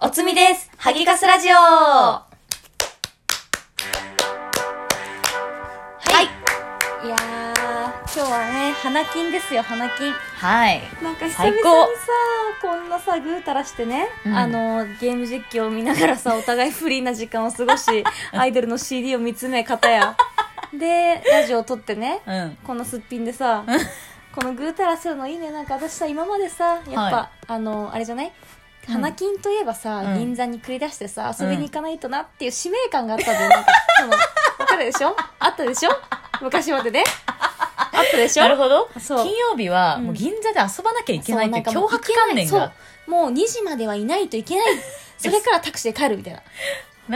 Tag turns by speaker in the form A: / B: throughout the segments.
A: おつみです。ハギカスラジオ。は
B: はい
A: い。
B: いやー今日はね花金ですよ花金
A: はい。
B: なんか久
A: 最
B: 々にさ
A: 高
B: こんなさぐうたらしてね、
A: うん
B: あのゲーム実況を見ながらさお互いフリーな時間を過ご しアイドルの CD を見つめ方やでラジオを撮ってね、
A: うん。
B: このすっぴんでさこのぐうたらするのいいねなんか私さ今までさやっぱ、
A: は
B: あのあれじゃない
A: うん
B: 花金といえばさ、
A: うん
B: 銀座に繰り出してさ遊びに行かないとなっていう使命感があったんだよ、なんかそのわかるでしょあったでしょ昔までねあったでしょ
A: なるほど。
B: そう
A: 金曜日は、
B: うん
A: もう銀座で遊ばなきゃいけないっていう
B: そう
A: 脅
B: なん
A: 迫
B: かもう
A: 観念
B: そ
A: が
B: う。もう2時まではいないといけないそれからタクシーで帰るみたいな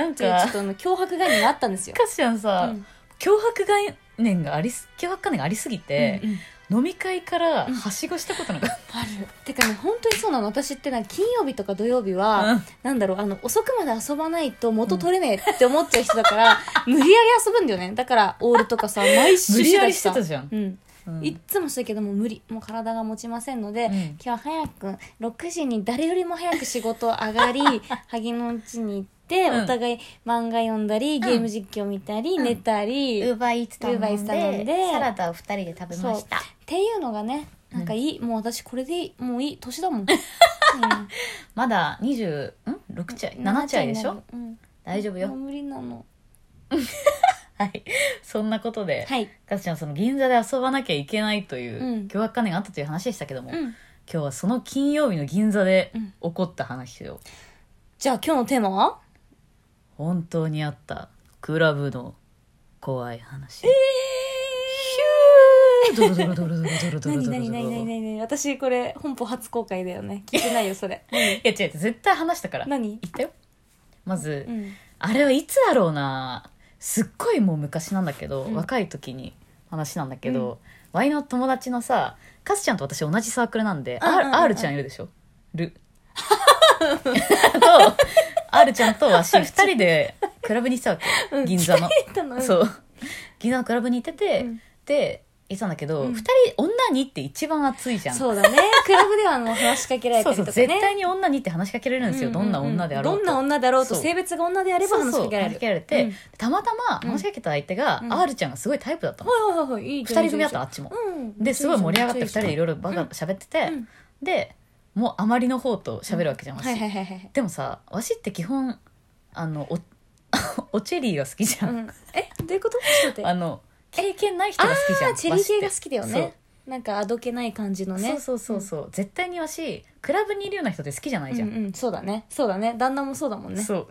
A: なん
B: というちょ
A: か
B: っ、とあの脅迫概念があったんですよ、
A: かしちゃん
B: う
A: さ、
B: ん
A: 脅迫概念がありす、脅迫観念がありすぎて、
B: うんうん
A: 飲み会からはしごし たことなかっ
B: あるてかね本当にそうなの私ってなんか金曜日とか土曜日
A: た。
B: は、
A: うん
B: なんだろうあの遅くまで遊ばないと元取れねえって思っちゃう人だから、 無理やり遊ぶんだよねだからオールと かさ毎週
A: 無理やり
B: だ
A: して
B: さ
A: たじゃん。
B: うん、
A: うん
B: いっつもしたけどもう無理もう体が持ちませんので、
A: うん
B: 今日早く6時に誰よりも早く仕事上 がり萩の家に行って、
A: うん
B: お互い漫画読んだり
A: ん
B: ゲーム実況見たり、
A: うん
B: 寝たり、
C: ウーバーイーツ頼ん
B: Uber Eats 頼んで
C: でサラダを二人で食べました
B: っていうのがねなんかいい、もう私これでいいもういい年だ もん、うん、
A: まだ20、ん ?6 歳 ?7 歳でしょ、
B: うん、
A: 大丈夫
B: も
A: よ
B: う。無理なの
A: はい。そんなことで、
B: はい、
A: かすちゃん、その銀座で遊ばなきゃいけないという、
B: うん
A: 脅迫観念があったという話でしたけども、
B: う
A: 今
B: ん、
A: 日はその金曜日の銀座で
B: うん
A: 起こった話を、
B: じゃあ今日のテーマは
A: 本当にあったクラブの怖い話。ヒュードロドロドロドロドロドロ
B: 何何
A: ドロドロ
B: 何何
A: い
B: 何何私これ本邦初公開だよね聞いてないよそ れ
A: や違う違う、絶対話したから。言っ
B: 何
A: たよ。まず、
B: うん
A: あれはいつだろうなすっごいもう昔なんだけど、
B: うん
A: 若い時に話なんだけど、ワイの友達のさカスちゃんと私同じサークルなんで、
B: うんうんうんうん
A: R, R ちゃんいるでしょ ると R ちゃんとわし2人でクラブに行ってたわけ、
B: うん
A: 銀座の、
B: 行ったのう
A: そう銀座のクラブに行ってて、
B: うん
A: で行ってたんだけど、
B: う
A: 二
B: ん
A: 2人女にって一番熱いじゃん
B: そうだねクラブではもう話しかけられた
A: そう
B: りと
A: そう
B: かね
A: 絶対に女にって話しかけられるんですよ、どんな女であろう
B: ど
A: と
B: んな女だろうと
A: そう
B: 性別が女であれば話しかけられる
A: そうそう話しかけられて、
B: うん
A: たまたま話しかけた相手が、
B: うん
A: R ちゃんがすごいタイプだったの、
B: はいはいはいはいいい
A: 二人組だったのあっちも、
B: うん
A: ですごい盛り上がって二人でい
B: ろ
A: ろいろバカ喋ってて、
B: うん
A: でもうあまりの方と喋るわけじゃん、わし
B: はいはいはいはい
A: でもさわしって基本あのお おチェリーが好きじゃ、
B: うんんえどういうことちょっと待
A: あ
B: って
A: の経験ない人が好きじゃん
B: あチェリー系が好きだよ
A: わしって
B: ねなんかあどけない感じの
A: そう
B: ね
A: そうそうそうそう絶対にわしクラブにいるような人って好きじゃないじゃん、
B: うんうんそうだねそうだね旦那もそうだもんね
A: そう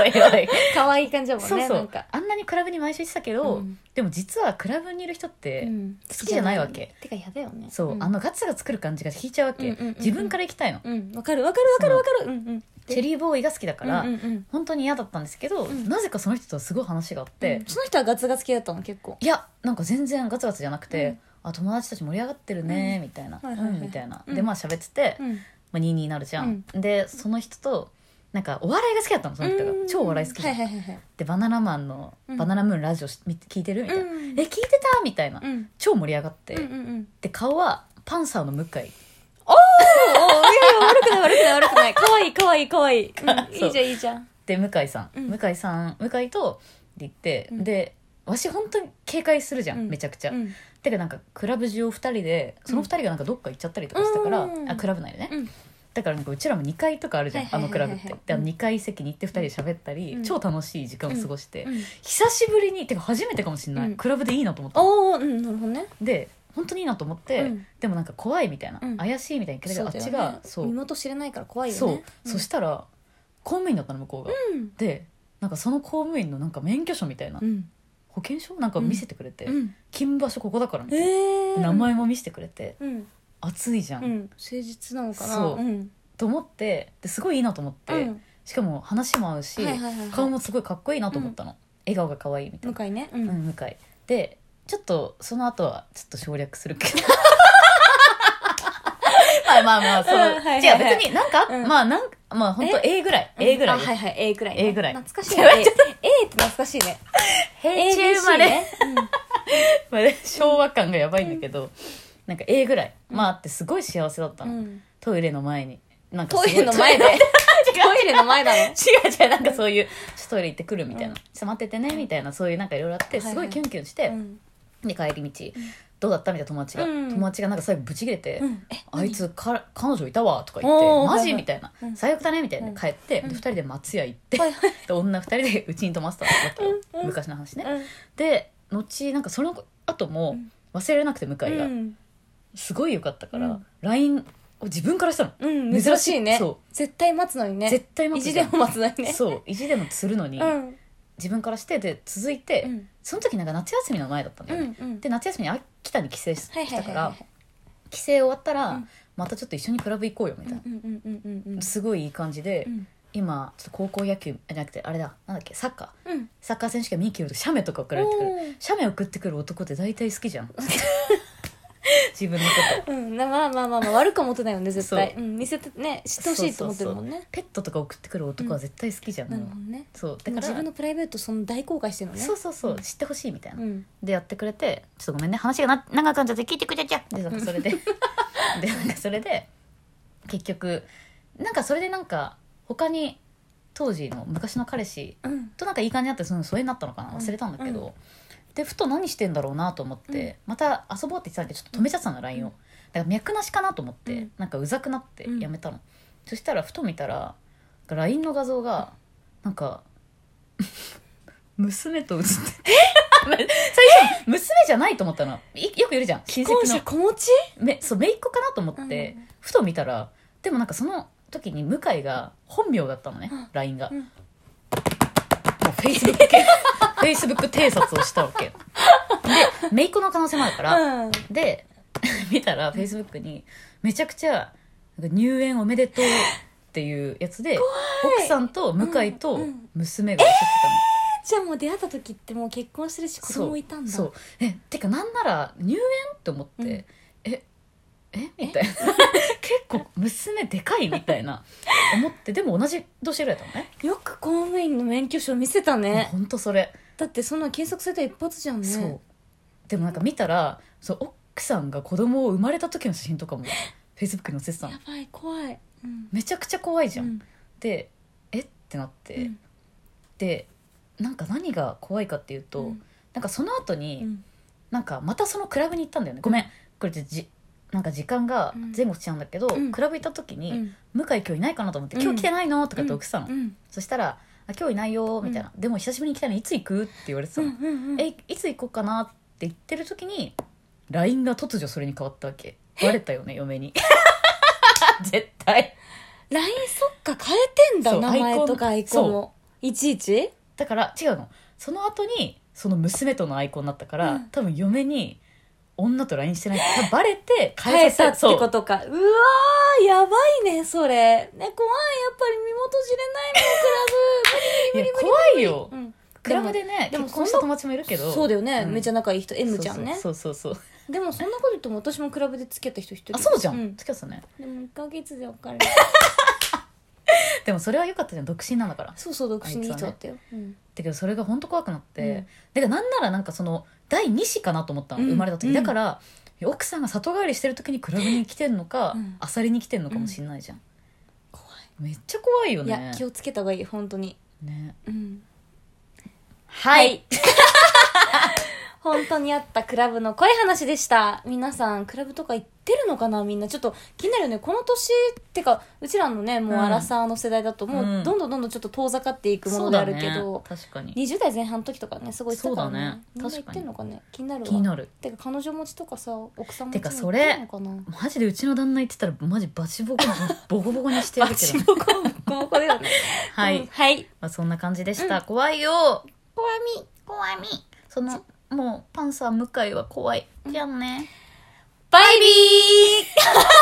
A: おいおい
B: 可愛い感じだもん
A: そう
B: ね
A: そ
B: なん
A: う
B: か
A: あんなにクラブに毎週行ってたけど、
B: うん
A: でも実はクラブにいる人って、
B: うん
A: 好きじゃないわけ
B: てかやだよね
A: そう、
B: ん
A: あのガツガツ作る感じが引いちゃうわけ、
B: うんうんうんうん
A: 自分から行きたいの、
B: うんわかるわかるわかるわかるうんうん
A: チェリーボーイが好きだから、
B: うんうんうん
A: 本当に嫌だったんですけど、
B: ん
A: なぜかその人とすごい話があって、
B: うんその人はガツガツ系だったの結構
A: いやなんか全然ガツガツじゃなくて、
B: うん
A: あ友達たち盛り上がってるねみたいな、
B: はいはいはい
A: うんみたいな、
B: うん
A: でまあ喋ってて、
B: うん
A: まあ、2になるじゃん、でその人となんかお笑いが好きだったのその人が、
B: うん
A: 超お笑い好きじゃん、
B: はいはいはいはい
A: でバナナマンの「
B: うん
A: バナナムーンラジオし見て聞いてる?」みたい
B: う
A: な「
B: ん
A: え聞いてた?」みたいな、
B: うん
A: 超盛り上がって、
B: うんうんう ん
A: で顔はパンサーの向井
B: おおいやいや悪くない悪くない悪くない可愛い可愛い可愛いうんいいじゃんいいじゃん
A: で向井さん、
B: うん
A: 向井さん向井とって言って、
B: うん
A: でわし本当に警戒するじゃん、
B: うん
A: めちゃくちゃ、
B: うん
A: てかなんかクラブ中を2人でその2人がなんかどっか行っちゃったりとかしたから、
B: うん
A: あクラブ内でね、
B: うん
A: だからなんかうちらも2階とかあるじゃん、
B: はいはいはいはい
A: あのクラブってであの2階席に行って2人で喋ったり、
B: うん
A: 超楽しい時間を過ごして、
B: うん
A: 久しぶりにてか初めてかもしれない、
B: うん
A: クラブでいいなと思ったの
B: おおうんなるほどね
A: で本当にいいなと思って、
B: うん
A: でもなんか怖いみたいな、
B: うん
A: 怪しいみたいな言ってたけどあっち
B: だよね
A: がそう,、
B: 身元知れないから怖いよね
A: そう、
B: ん
A: そしたら公務員だったの向こうが、
B: うん
A: でなんかその公務員のなんか免許証みたいな、
B: うん
A: 保険証なんか見せてくれて、
B: うん
A: 勤務場所ここだからみたいな、
B: えー
A: 名前も見せてくれて、
B: うん
A: 熱いじゃん、
B: うん誠実なのかな
A: そうんと思ってですごいいいなと思って、
B: うん
A: しかも話も合うし、
B: はいはいはいはい
A: 顔もすごいかっこいいなと思ったの、笑顔が可愛いみたいな、
B: 向井ねう
A: うんん、向井でちょっとその後はちょっと省略す るけどまあまあまあその、
B: うんはいはいはい
A: 違う別になんか、
B: うん
A: まあなんかまあ本当 A ぐらい A ぐらい
B: あはいはい A ぐらい
A: A ぐらい
B: 懐かしいね A, A って懐かしいね A
A: 平成生まれ
B: B C ね
A: まあね昭和感がやばいんだけど、なんか A ぐらい、まああってすごい幸せだった
B: う
A: の、
B: んうん
A: トイレの前になんか
B: ト
A: す
B: イ
A: ごい
B: レの前で
A: トイレ
B: トイレの前なの
A: 違う違うなんかそういうちょっとトイレ行ってくるみたいな、ちょっと待っててねみたいなそういうなんかいろいろあって
B: はいはい
A: すごいキュンキュンして、
B: うん
A: で帰り道、どうだったみたいな友達が、
B: うん
A: 友達がなんか最後ブチ切れて、
B: うんえ
A: あいつか彼女いたわとか言って
B: おー
A: マ
B: はいは
A: ジ
B: い
A: みたいな、
B: うん
A: 最悪だねみたいな
B: うん
A: 帰って、で2人で松屋行って、
B: はいはい
A: で女2人でうちに泊まってたわけよ、昔の話ね、で後なんかその後も忘れられなくて向井が、
B: うん
A: すごい良かったから、
B: うん
A: LINE を自分からしたの、
B: うん珍しいね
A: そ
B: 絶対待つのにね
A: 絶対待
B: 意
A: つ
B: 地
A: じゃ
B: で
A: ん
B: も待つのにね
A: そう意地でもするのに、
B: うん
A: 自分からしてで続いて、
B: うん
A: その時なんか夏休みの前だったんだ
B: う
A: よね、
B: んうん
A: で夏休みに秋田に帰省し
B: はい
A: て
B: はいは
A: た
B: い
A: か
B: は
A: ら
B: い
A: 帰省終わったら、
B: うん
A: またちょっと一緒にクラブ行こうよみたいな、
B: うんうんうんうんうん
A: すごいいい感じで、
B: うん
A: 今ちょっと高校野球あじゃなくてあれだなんだっけサッカー
B: うん
A: サッカー選手権見に来ると写メとか送られてくる写メ送ってくる男って大体好きじゃ ん自分のこと
B: うん、なまあまあまあまあ悪くは思ってないよね絶対
A: そう
B: うん、見せてね知ってほしいと思ってるもんね
A: ペットとか送ってくる男は絶対好きじゃん、
B: なるほどね
A: そうだ
B: でも
A: から
B: 自分のプライベートその大公開してるのね
A: そうそうそう、
B: うん
A: 知ってほしいみたいな、
B: うん
A: でやってくれてちょっとごめんね話がな長くなっちゃって聞いてくれちゃでなんか それででなんかそれで結局なんかそれでなんか他に当時の昔の彼氏
B: うん
A: となんかいい感じになってその疎遠になったのかな忘れたんだけど、
B: うん
A: でふと何してんだろうなと思って、また遊ぼうって言ってたんでちょっと止めちゃってたの LINE を、
B: うん
A: だから脈なしかなと思って、
B: うん
A: なんかうざくなって
B: うん
A: やめたの、そしたらふと見たら LINE の画像がなんか 娘と写って 最初娘じゃないと思ったのいよくいるじゃん親戚
B: 婚
A: の
B: 者子持ち
A: めそう姪っ子かなと思って、
B: うん
A: ふと見たらでもなんかその時に向井が本名だったのね、
B: うん
A: LINE が、
B: うん
A: もうフェ イスブック系フェイスブック偵察をしたわけで姪っ子の可能性もあるから、
B: うん
A: で 見たらフェイスブックにめちゃくちゃなんか入園おめでとうっていうやつで奥さんと向井と娘が写ってたの、
B: じゃあもう出会った時ってもう結婚してるし子
A: そう
B: 供いたんだ
A: そうえてかなんなら入園って思って、
B: うん
A: ええみたいな 結構娘でかいみたいな思ってでも同じ年ぐらいだったのね
B: よく公務員の免許証見せた
A: もう
B: ね
A: ほんとそれ、
B: だってそんなん検索されたら一発じゃんね
A: そうでもなんか見たらそう奥さんが子供を生まれた時の写真と かもフェイスブックに載せてたの
B: やばい怖いうん
A: めちゃくちゃ怖いじゃん、
B: うん
A: でえってなって、
B: うん
A: でなんか何が怖いかっていうと、
B: うん
A: なんかその後に、
B: うん
A: なんかまたそのクラブに行ったんだよねごめんこれじじなんか時間が前後しちゃうんだけど、
B: ん
A: クラブ行った時に、
B: うん
A: 向井今日いないかなと思って「
B: うん
A: 今日来てないの?」とかって送ってたの、
B: うん
A: そしたら「あ今日いないよ」みたいな、でも久しぶりに来たのいつ行く?」って言われてたの、
B: うんうん
A: えいつ行こうかなって言ってる時に LINE が突如それに変わったわけバレたよね嫁に 絶対
B: LINE そっか変えてん
A: そ
B: だ
A: う
B: 名前とかアイコンもいちいち
A: だから違うのその後にその娘とのアイコンになったから、
B: うん
A: 多分嫁に女と LINE してないからバレて
B: 変えた
A: さ
B: っ
A: せそう
B: てことか。うわー、やばいね、それ。ね、怖い、やっぱり身元知れない
A: いや怖いよ、
B: もん。
A: クラブでね
B: でも
A: 結婚した友達もいるけど
B: そうだよね、
A: うん
B: めっちゃ仲いい人 M ちゃんね
A: そうそうそうそう
B: でもそんなこと言っても私もクラブで付き合った人一人
A: あそうじゃん、
B: うん
A: 付き合ってたね
B: でも1ヶ月で別れる
A: でもそれは良かったじゃん独身なんだから
B: そうそう独身にいい人だったよ、うん
A: だけどそれが本当怖くなって、
B: うん
A: だからなんならなんかその第2子かなと思ったの、
B: うん
A: 生まれた時、
B: うん
A: だから奥さんが里帰りしてる時にクラブに来てんのか、
B: うん
A: あさりに来てんのかもしれないじゃん、
B: 怖
A: めっちゃ怖いよ
B: いい
A: ね
B: や気をつけた方がいい本当に
A: ね
B: うん
A: はい
B: 本当にあったクラブの濃い話でした皆さんクラブとか行ってるのかなみんなちょっと気になるよねこの年ってかうちらのねもう
A: うん
B: アラサーの世代だともううんどんどんどんどんちょっと遠ざかっていくも
A: そ
B: の
A: う
B: であ
A: だ
B: る
A: ね
B: けど、
A: 確かに
B: 20代前半の時とかねすごい行ってたからね
A: そうだね
B: みんな行ってんのかね気になるわ
A: 気になる
B: てか彼女持ちとかさ奥さん持
A: て
B: ち
A: か
B: も
A: そ
B: 行っ
A: れ
B: てんのかな
A: マジでうちの旦那言ってたらマジバチボコボコボコにしてやるけどね、
B: ボコボコだよね
A: は
B: うん
A: い、
B: はい
A: まあ、そんな感じでした、怖いよ
B: 怖み
A: 怖いそのもうパンサー向井は怖いじゃんね
B: バイビー